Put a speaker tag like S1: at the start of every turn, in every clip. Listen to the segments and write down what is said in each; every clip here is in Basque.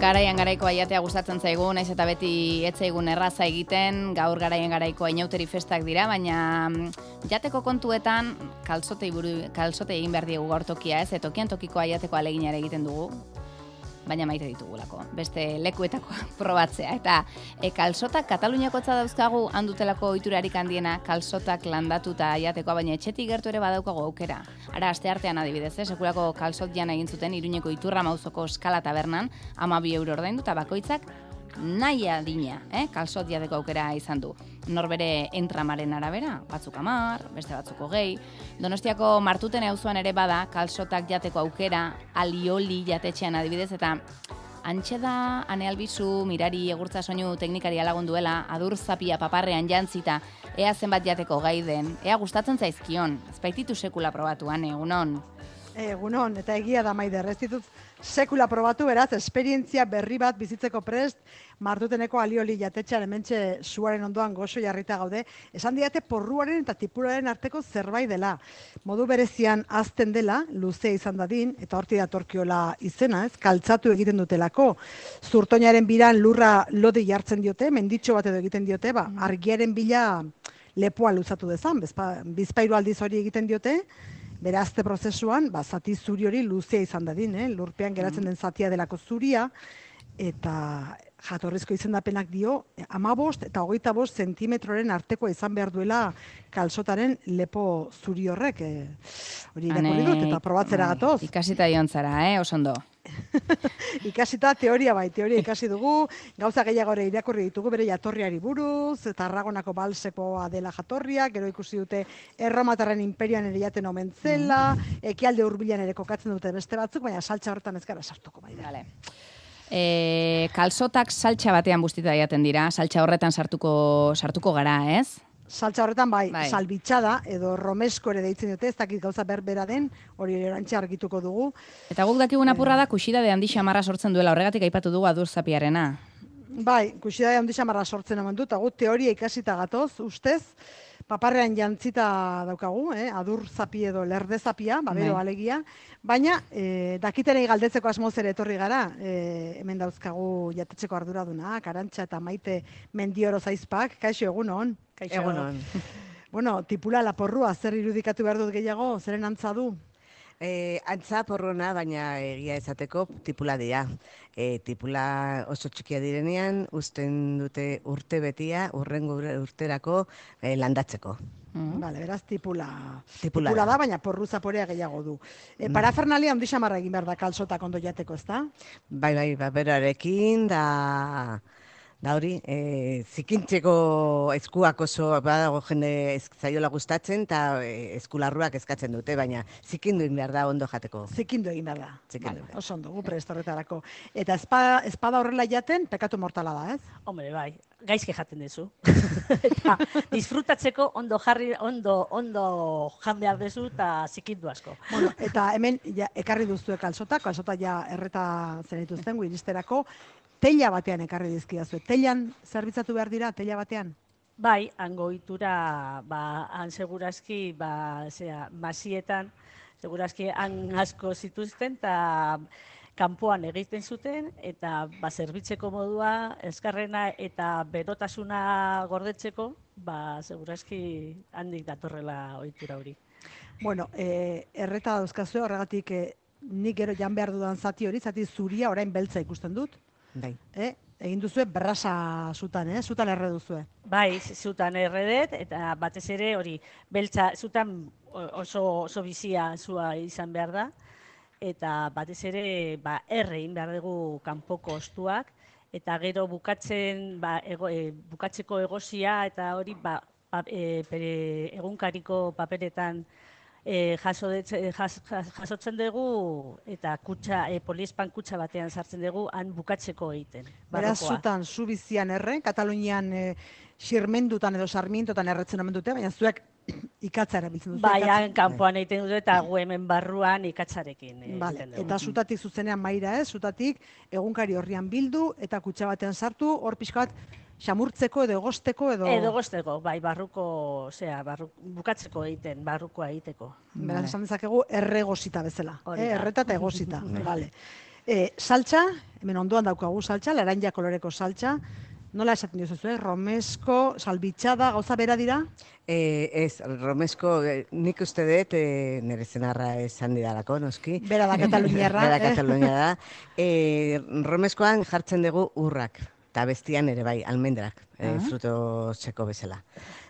S1: Garaian garaiko aiatea gustatzen zaigu, naiz eta beti etzaigun erraza egiten, gaur garaian garaiko inauteri festak dira, baina mm, jateko kontuetan kalzote, buru, kalzote egin behar diegu gortokia ez, etokian tokiko aiateko aleginare egiten dugu, baina maite ditugulako, beste lekuetako probatzea. Eta e, kalsotak Kataluniakotza dauzkagu handutelako ohiturarik handiena kalsotak landatuta jatekoa, baina etxetik gertu ere badaukagu aukera. Ara, aste artean adibidez, eh? sekulako kalsot jan egin zuten Iruñeko Iturra Mauzoko Eskala Tabernan, ama bi euro ordaindu eta bakoitzak naia dina, eh? kalsot jateko aukera izan du. Norbere entramaren arabera, batzuk amar, beste batzuko gehi. Donostiako martuten auzoan ere bada, kalsotak jateko aukera, alioli jatetxean adibidez, eta Antxe da, ane albizu, mirari egurtza soinu teknikaria lagun duela, adur zapia paparrean jantzita, ea zenbat jateko gai den, ea gustatzen zaizkion, ezpaititu sekula probatu, ane, egunon.
S2: Egunon, eta egia da maider, ez ditut sekula probatu, beraz, esperientzia berri bat bizitzeko prest, martuteneko alioli jatetxean hementxe suaren ondoan goxo jarrita gaude, esan diate porruaren eta tipuraren arteko zerbait dela. Modu berezian azten dela, luzea izan dadin, eta horti datorkiola izena, ez, kaltzatu egiten dutelako. Zurtoinaren biran lurra lodi jartzen diote, menditxo bat edo egiten diote, ba, argiaren bila lepoa luzatu dezan, bezpa, bizpairu aldiz hori egiten diote, berazte prozesuan, ba, zati zuri hori luzea izan dadin, eh? lurpean geratzen den zatia delako zuria, eta jatorrizko izendapenak dio, amabost eta hogeita bost zentimetroren artekoa izan behar duela kalsotaren lepo zuri horrek. Eh? Hori irakurri dut, eta probatzera
S1: ane,
S2: gatoz.
S1: Ikasita dion zara, eh, oso ondo.
S2: Ikasita teoria bai, teoria ikasi dugu, gauza gehiago ere irakurri ditugu bere jatorriari buruz, eta Arragonako balsekoa dela jatorria, gero ikusi dute Erromatarren imperian ere jaten omen zela, ekialde hurbilan ere kokatzen dute beste batzuk, baina saltza hortan ez gara sartuko bai.
S1: Vale. E, kalsotak saltsa batean bustita jaten dira, saltsa horretan sartuko sartuko gara, ez?
S2: Saltza horretan bai,
S1: Bai.
S2: salbitxada edo romesko ere deitzen dute, ez dakit gauza berbera den, hori ere orantxe argituko dugu.
S1: Eta guk dakigun apurra da kuxidade handi xamarra sortzen duela, horregatik aipatu dugu adur zapiarena.
S2: Bai, kusidaia handi xamarra sortzen omen dut, eta gu teoria ikasita gatoz, ustez, paparrean jantzita daukagu, eh? adur zapi edo lerde zapia, babero
S1: Bai.
S2: alegia, baina eh, dakitenei galdetzeko asmoz ere etorri gara, eh, hemen dauzkagu jatetxeko arduradunak, arantxa eta maite mendioro zaizpak, kaixo egunon. Kaixo.
S3: Egunon.
S2: Bueno, tipula laporrua, zer irudikatu behar dut gehiago, zeren antza du?
S3: E, antza porrona, baina egia esateko tipula dira. E, tipula oso txikia direnean, uzten dute urte betia, urrengo ur- urterako e, landatzeko.
S1: Mm.
S2: Vale, beraz, tipula.
S3: Tipula
S2: tipula da,
S3: da.
S2: baina porru zaporea gehiago du. E, parafernalia handi xamarra egin behar da kalsotak ondo jateko, ezta?
S3: Bai, bai, baberarekin, da... Da hori, e, zikintzeko eskuak oso badago jende ez zaiola gustatzen eta e, eskularruak eskatzen dute, baina zikindu egin behar da ondo jateko.
S2: Zikindu egin behar da.
S3: Zikindu
S2: Vale,
S3: behar da.
S2: oso ondo, gu prest horretarako. Eta espada, espada horrela jaten, pekatu mortala da, ez?
S4: Hombre, bai, gaizke jaten duzu. eta disfrutatzeko ondo jarri, ondo, ondo jan behar duzu eta zikindu asko.
S2: Bueno, eta hemen ja, ekarri duzue kalsota, kalsota ja erreta zen dituzten gu iristerako, teila batean ekarri dizkidazue. Teilan zerbitzatu behar dira, teila batean?
S4: Bai, hango ohitura, ba, han segurazki, ba, zera, masietan, segurazki han asko zituzten, eta kanpoan egiten zuten, eta ba, zerbitzeko modua, eskarrena eta berotasuna gordetzeko, ba, segurazki handik datorrela ohitura hori.
S2: Bueno, e, erreta dauzkazue, horregatik e, nik gero jan behar dudan zati hori, zati zuria orain beltza ikusten dut,
S3: Bai.
S2: eh? egin duzue brasa zutan, eh? zutan erre duzue.
S4: Bai, z- zutan erredet, eta batez ere hori, beltza, zutan o- oso, oso bizia zua izan behar da, eta batez ere ba, erre egin behar dugu kanpoko ostuak, eta gero bukatzen, ba, ego, e, bukatzeko egozia, eta hori ba, pa, e, pere, egunkariko paperetan e, jaso detze- jas, jas, jasotzen dugu, eta kutxa, e, poliespan kutxa batean sartzen dugu, han bukatzeko egiten.
S2: Beraz,
S4: barrukoa.
S2: zutan, zu bizian erre, Katalunian e, xirmendutan edo sarmientotan erretzen omen dute, baina zuek ikatza erabiltzen duzu.
S4: Bai, han kanpoan egiten dute eta gu hemen barruan ikatzarekin. eh,
S2: Vale,
S4: egiten dugu.
S2: eta zutatik zuzenean maira ez, zutatik egunkari horrian bildu eta kutxa batean sartu, hor pixka bat xamurtzeko edo egosteko edo...
S4: Edo gozteko, bai, barruko, zea, barru, bukatzeko egiten, barrukoa egiteko.
S2: Beraz,
S1: Vale.
S2: esan dezakegu erregosita bezala.
S4: Hori
S2: Eh,
S4: da.
S2: erreta eta egosita, vale. E, saltza, hemen ondoan daukagu saltza, laranja koloreko saltza, nola esaten diozu zuek, romesko, salbitxada, gauza bera dira?
S3: E, ez, Romesko, e, nik uste dut, e, nire zenarra esan didalako, noski.
S2: Bera da kataluniarra,
S3: Bera
S2: eh?
S3: Katalunia da. E, romeskoan jartzen dugu urrak, eta bestian ere bai, almendrak, e, fruto seko bezala.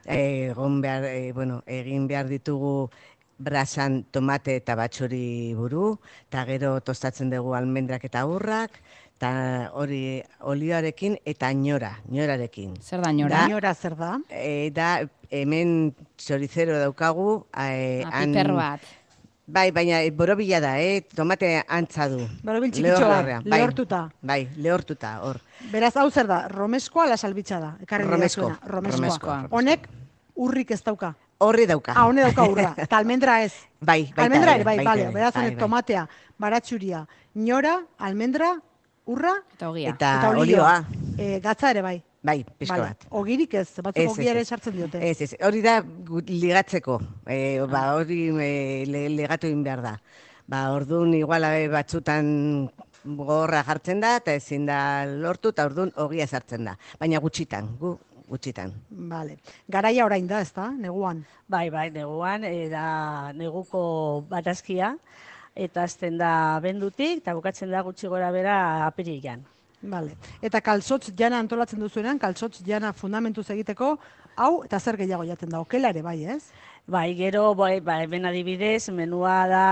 S3: E, egon behar, e, bueno, egin behar ditugu brasan tomate eta batxori buru, eta gero tostatzen dugu almendrak eta urrak, eta hori olioarekin eta inora, inorarekin.
S1: Zer da inora?
S3: Da.
S2: Inora zer da?
S3: E, da, hemen txorizero daukagu. E,
S1: Ah, piper bat.
S3: Bai, baina eh, borobila da, eh? tomate antza du.
S2: Borobil txikitxoa,
S3: Lehorrean,
S2: lehortuta.
S3: Bai, lehortuta, hor.
S2: Beraz, hau zer da, romeskoa la salbitxada? Ekarri
S3: Romesko,
S2: didazuena. Romeskoa.
S3: romeskoa.
S2: Honek urrik ez dauka.
S3: Horri dauka.
S2: Ah, hone dauka urra, eta almendra ez.
S3: Bai, baita
S2: almendra ere,
S3: ere,
S2: bai,
S3: baita
S2: bale,
S3: ere,
S2: beraz
S3: bai,
S2: honek
S3: bai.
S2: tomatea, baratxuria, inora, almendra, urra,
S1: Eta ogia.
S3: Eta
S2: eta olioa.
S3: olioa.
S2: Eh, gatza ere bai.
S3: Bai, pixka
S2: Bale,
S3: bat.
S2: Ogirik ez,
S3: Ez,
S2: batzuk
S3: ez,
S2: ogia ere
S3: ez.
S2: sartzen diote.
S3: Ez, ez, hori da gu- ligatzeko, e, ba, hori e, le, ligatu egin behar da. Ba, orduan igual e, batzutan gorra jartzen da, eta ezin da lortu, eta orduan ogia sartzen da. Baina gutxitan, gu, gutxitan.
S2: Bale. Garaia orain da, ezta? Neguan.
S4: Bai, bai, neguan, e, da neguko barazkia, eta azten da bendutik, eta bukatzen da gutxi gora bera apirilan.
S2: Bale. Eta kalsotz jana antolatzen duzuenean, kalsotz jana fundamentuz egiteko, hau eta zer gehiago jaten da, okela ere bai, ez?
S4: Bai, gero, bai, ba, hemen adibidez, menua da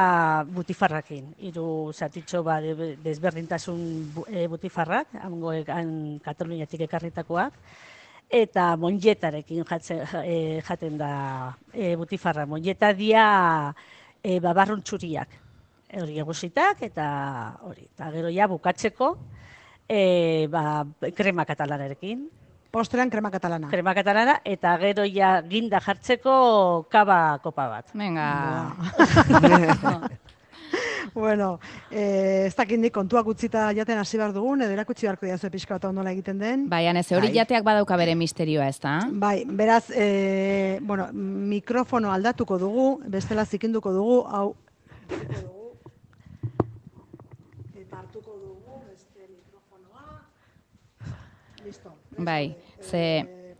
S4: butifarrakin. Hiru zatitxo ba, de- desberdintasun bu- e, butifarrak, hango han Kataluniatik ekarritakoak, eta monjetarekin jatzen, ja- e, jaten da e, butifarra. Monjeta dia e, babarrun txuriak, E, hori egositak, eta hori, eta gero ja bukatzeko, e, ba, krema katalarekin,
S2: Postrean krema katalana.
S4: krema katalana, eta gero ja ginda jartzeko kaba kopa bat.
S1: Venga.
S2: Bueno, eh, ez dakit nik kontuak utzita jaten hasi behar dugun, edo erakutsi beharko diazue pixka bat hau nola egiten den.
S1: Baian ez, hori
S3: Bai.
S1: jateak badauka bere misterioa, ez da?
S2: Bai, beraz, e, bueno, mikrofono aldatuko dugu, bestela zikinduko dugu, hau... Eta hartuko dugu, beste mikrofonoa... Listo.
S1: Bai, ze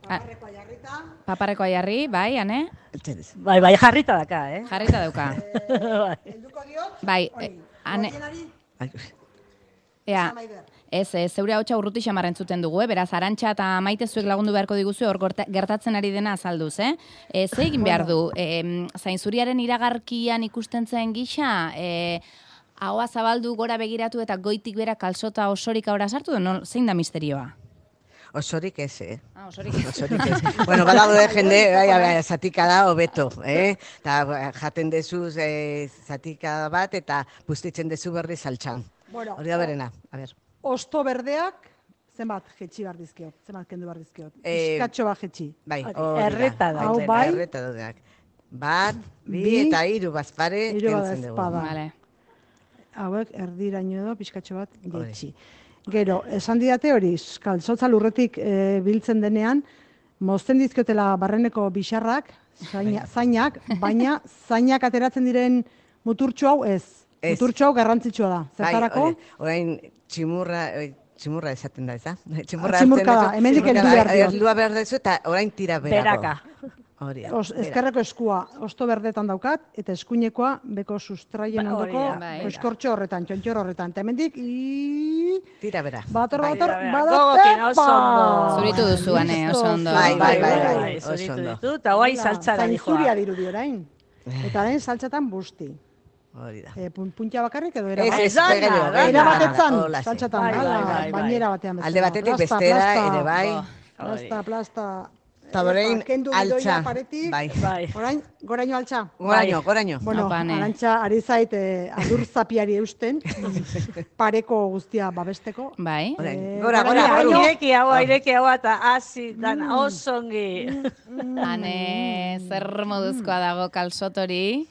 S1: a-
S2: Paparrekoa jarrita,
S1: paparrekoa jarri, bai, ane?
S3: Etxeres.
S4: Bai, bai, jarrita daka, eh?
S1: Jarrita dauka.
S4: bai.
S2: helduko diot,
S1: Bai,
S2: hori,
S1: e, ane,
S2: gordinari,
S3: Ai,
S1: ea,
S2: Samaider.
S1: ez, ez, zeure hautsa urruti xamarren zuten dugu, eh? beraz, arantxa eta maite zuek lagundu beharko diguzu hor gorta- gertatzen ari dena azalduz, eh? E, ze egin behar du, e, zainzuriaren iragarkian ikusten zen gisa, e, ahoa zabaldu gora begiratu eta goitik bera kalsota osorik aurra sartu, no, zein da misterioa?
S3: Osorik ez, eh?
S1: Ah, osorik.
S3: Osorik ez. bueno, badaude jende, bai, bai, zatika da hobeto, eh? Ta ba, jaten dezuz eh, zatika bat eta bustitzen dezu berri saltxan.
S2: Bueno,
S3: Hori da berena, a ber.
S2: osto berdeak, zenbat jetxi behar dizkiot, zenbat kendu behar dizkiot.
S3: Eh,
S2: Piskatxo bat jetxi.
S3: Bai,
S4: Hori,
S3: hori da.
S4: erreta
S2: da.
S3: Bai,
S2: Hau bai.
S3: Erreta daudenak. Bat, bi,
S2: Bi,
S3: eta hiru bazpare
S2: hiru ba.
S3: kentzen dugu.
S2: badaezpada.
S1: Vale.
S2: hauek erdiraino edo pixkatxo bat
S3: Hori.
S2: jaitsi. Gero, esan didate hori, kalzotza lurretik eh, biltzen denean, mozten dizkiotela barreneko bixarrak, zaina- zainak, baina zainak ateratzen diren muturtxo hau ez.
S3: Ez.
S2: Muturtxo hau garrantzitsua da.
S3: Bai,
S2: Zertarako?
S3: hori, orain tximurra, oi, tximurra esaten da, ez da?
S2: Ah, tximurka
S3: Tximurra hartzen
S2: da,
S3: duzu,
S2: hemendik
S3: tximurka
S2: heldu
S3: da,
S2: behar dio.
S3: heldua behar duzu eta orain tira berako.
S4: Beraka.
S3: Hori da.
S2: Os,
S3: beraka.
S2: ezkerreko eskua osto berdetan daukat, eta eskuinekoa beko sustraien
S4: Ba, hori
S2: ondoko
S4: da,
S1: bai.
S2: eskortxo horretan, txontxor horretan. Eta hemendik, i-
S3: Tira bera.
S2: Bator,
S3: Bai.
S2: bator,
S4: bera.
S2: badate,
S4: Gogokin, oso ondo.
S1: Zuritu duzu, Ane, oso ondo.
S3: Bai, bai, bai, bai. oso
S4: zuritu
S3: ondo. Bai,
S4: ditu, eta hoai
S2: Hola,
S4: saltzara
S2: Zainzuria
S3: ba.
S4: dijoa.
S2: dirudi orain. Eta den saltzatan busti.
S3: Hori da.
S2: E, pun, puntia bakarrik edo era
S3: Ez,
S2: bat.
S3: ez,
S4: Dana,
S3: pegailu,
S4: dana.
S3: pegailu.
S2: Era batetzan,
S3: Hola, ze.
S2: saltzatan,
S4: Bai, bai,
S2: ala,
S4: bai, bai.
S2: bainera batean bezala.
S3: Alde batetik
S2: Plasta,
S3: bestera
S2: plasta,
S3: ere bai.
S2: Ba,
S1: Bo.
S2: Plasta, plasta.
S3: Eta orain
S2: Epa, kendu
S3: altza.
S2: gidoia paretik.
S3: Bai.
S4: Bai.
S2: Orain, goraino altza.
S3: Goraino, goraino.
S2: Bueno,
S1: Apa, ne.
S2: arantxa, ari zait, eh, adur zapiari eusten, pareko guztia babesteko.
S1: Bai.
S3: Orain,
S2: Eh,
S3: gora, gora,
S4: Hori,
S3: goru.
S4: Ireki hau,
S3: Bai.
S4: ireki hau, eta hazi,
S3: Mm.
S4: dana, osongi.
S2: Mm.
S1: Hane, zer moduzkoa dago kalsotori?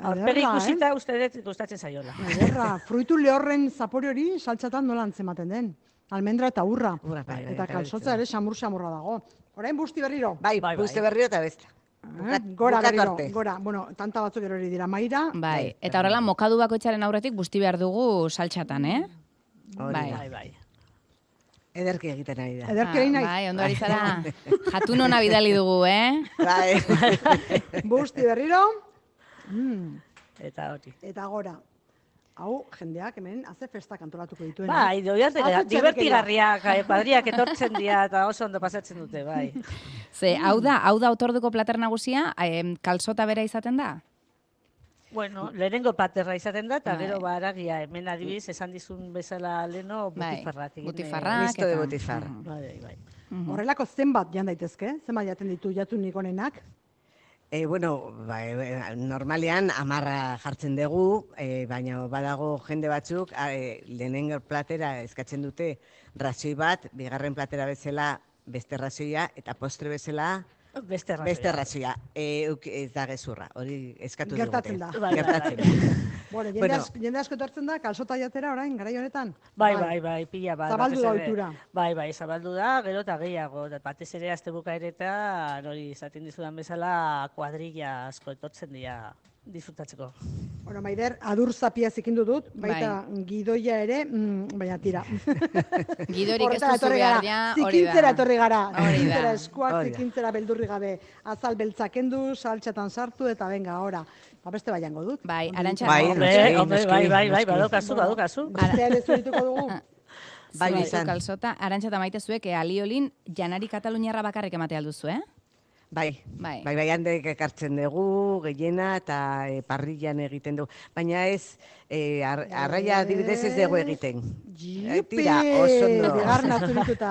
S4: Aurpegi
S2: Ederra, eh?
S4: ikusita uste dut gustatzen zaiola.
S2: Ederra, fruitu lehorren zapore hori saltzatan nola antzematen den. Almendra eta urra.
S3: Urra, bai, bai,
S2: eta
S3: bai,
S2: kalsotza ere xamur-xamurra dago. Orain busti berriro.
S3: Bai,
S4: Bai, bai.
S3: buste berriro eta beste.
S2: Eh?
S3: Bukat-
S2: Gora
S3: bukatu
S2: berriro,
S3: arte.
S2: gora. Bueno, tanta batzuk erori dira maira.
S1: Bai, eta horrela mokadu bakoitzaren aurretik busti behar dugu saltxatan, eh?
S3: Hori
S1: Bai.
S3: da.
S4: Bai, bai.
S3: Ederki egiten ari da.
S1: Ah,
S2: Ederkeri naiz.
S1: Bai, ondo ari zara. Jatun ona bidali dugu, eh?
S3: Bai.
S2: Busti berriro. Mm,
S4: Eta hori.
S2: eta gora. Hau, jendeak hemen haze festak antolatuko dituen.
S4: Bai, doiarte,
S2: Hau zutxarkeria.
S4: divertigarriak, eh, kuadriak etortzen dira eta oso ondo pasatzen dute, bai.
S1: Ze,
S2: Mm.
S1: hau da, hau da otorduko plater nagusia, em, kalsota bera izaten da?
S4: Bueno, lehenengo paterra izaten da, eta
S1: Bai.
S4: gero baragia, hemen adibidez, esan dizun bezala leno
S2: Bai.
S4: butifarrak. egin, eh,
S1: butifarrak
S3: misto de
S1: eta-
S3: Bai. butifarra.
S1: Mhm.
S4: Bai, bai.
S1: Mhm.
S2: Horrelako zenbat jan daitezke, zenbat jaten ditu jatunik onenak.
S3: E, bueno, ba, e, e, normalean amarra jartzen dugu, e, baina badago jende batzuk, a, e, lehenengo platera eskatzen dute razioi bat, bigarren platera bezala beste razioia, eta postre bezala
S4: Beste razoia.
S3: beste razioia. E, euk- ez da gezurra, hori eskatu
S2: Gertatzen da.
S3: digute.
S4: Bai, bai, bai.
S3: Gertatzen da.
S2: Bueno, jende,
S3: Bueno.
S2: asko, jende asko etortzen da, kalsota jatera orain, garai honetan.
S4: Bai, bai, bai, pila bat.
S2: Zabaldu
S4: batez
S2: da
S4: ere.
S2: ohitura.
S4: Bai, bai, zabaldu da, gero eta gehiago. eta Batez ere azte bukaereta, hori izaten dizudan bezala, kuadrilla asko etortzen dira disfrutatzeko.
S2: Bueno, Maider, adur zapia zikindu dut, baita
S1: Bai.
S2: gidoia ere, mm, baina tira.
S1: Gidorik ez duzu
S2: Horretara etorri
S1: behar,
S2: gara,
S1: ja, hori da.
S2: Zikintzera etorri gara.
S1: Hori da.
S2: Zikintzera eskuak,
S3: Hori da.
S2: zikintzera beldurri gabe. Azal beltzakendu, saltxatan sartu, eta benga, ora. Ba, beste baiango dut.
S1: Bai, Arantxa,
S3: Bai,
S1: bai,
S4: Hombre,
S3: noski,
S4: hombre,
S3: noski,
S4: bai, bai, bai,
S3: noski.
S4: badokazu, badokazu.
S2: Ba, Beste elezu dituko dugu.
S3: Bai,
S1: bai,
S3: izan.
S1: kalsota, Arantxa eta maite zuek, eh, aliolin, janari kataluniarra bakarrik ematea alduzu, eh?
S3: Bai,
S1: Bai.
S3: bai, bai, handek ekartzen dugu, gehiena eta e, parrillan egiten dugu. Baina ez, e, ar, arraia adibidez ez dugu egiten. Eh,
S2: Jipi!
S3: Tira, oso ondo.
S2: Bigarren azurituta.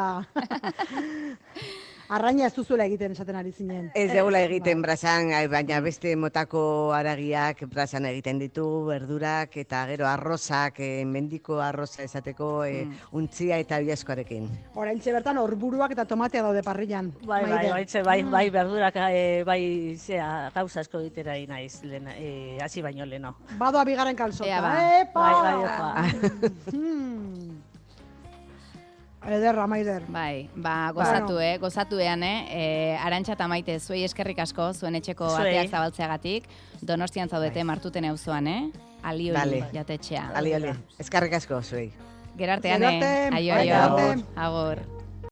S2: Arraina ez duzuela egiten esaten ari zinen.
S3: Ez degula egiten brasan, ai, baina beste motako aragiak brasan egiten ditugu, verdurak eta gero arrozak, eh, mendiko arroza esateko eh, untzia eta biaskoarekin.
S2: Oraintxe bertan orburuak eta tomatea daude parrillan.
S4: Bai, bai,
S2: Maite.
S4: bai, bai, bai, bai, berdurak, eh, bai, zea, gauza asko ditera naiz, lehena, eh, hasi baino leno.
S2: Badoa bigarren kalsota.
S1: Ea ba.
S2: Epa!
S4: Bai, bai, opa.
S2: Hmm. Ederra, maider.
S1: Bai, ba, gozatu,
S2: Bueno.
S1: eh? Gozatuean, eh? E, Arantxa eta maite, zuei eskerrik asko, zuen etxeko
S4: Zuei.
S1: ateak zabaltzeagatik. Donostian
S3: Bai.
S1: zaudete martuten auzoan, eh? Alioli
S3: Bale.
S1: jatetxea.
S3: Ali, ali, eskarrik asko zuei.
S1: Gerartean,
S2: Gerarte,
S1: eh? Aio,
S2: bai,
S1: aio.
S3: gerarte.
S1: Agur.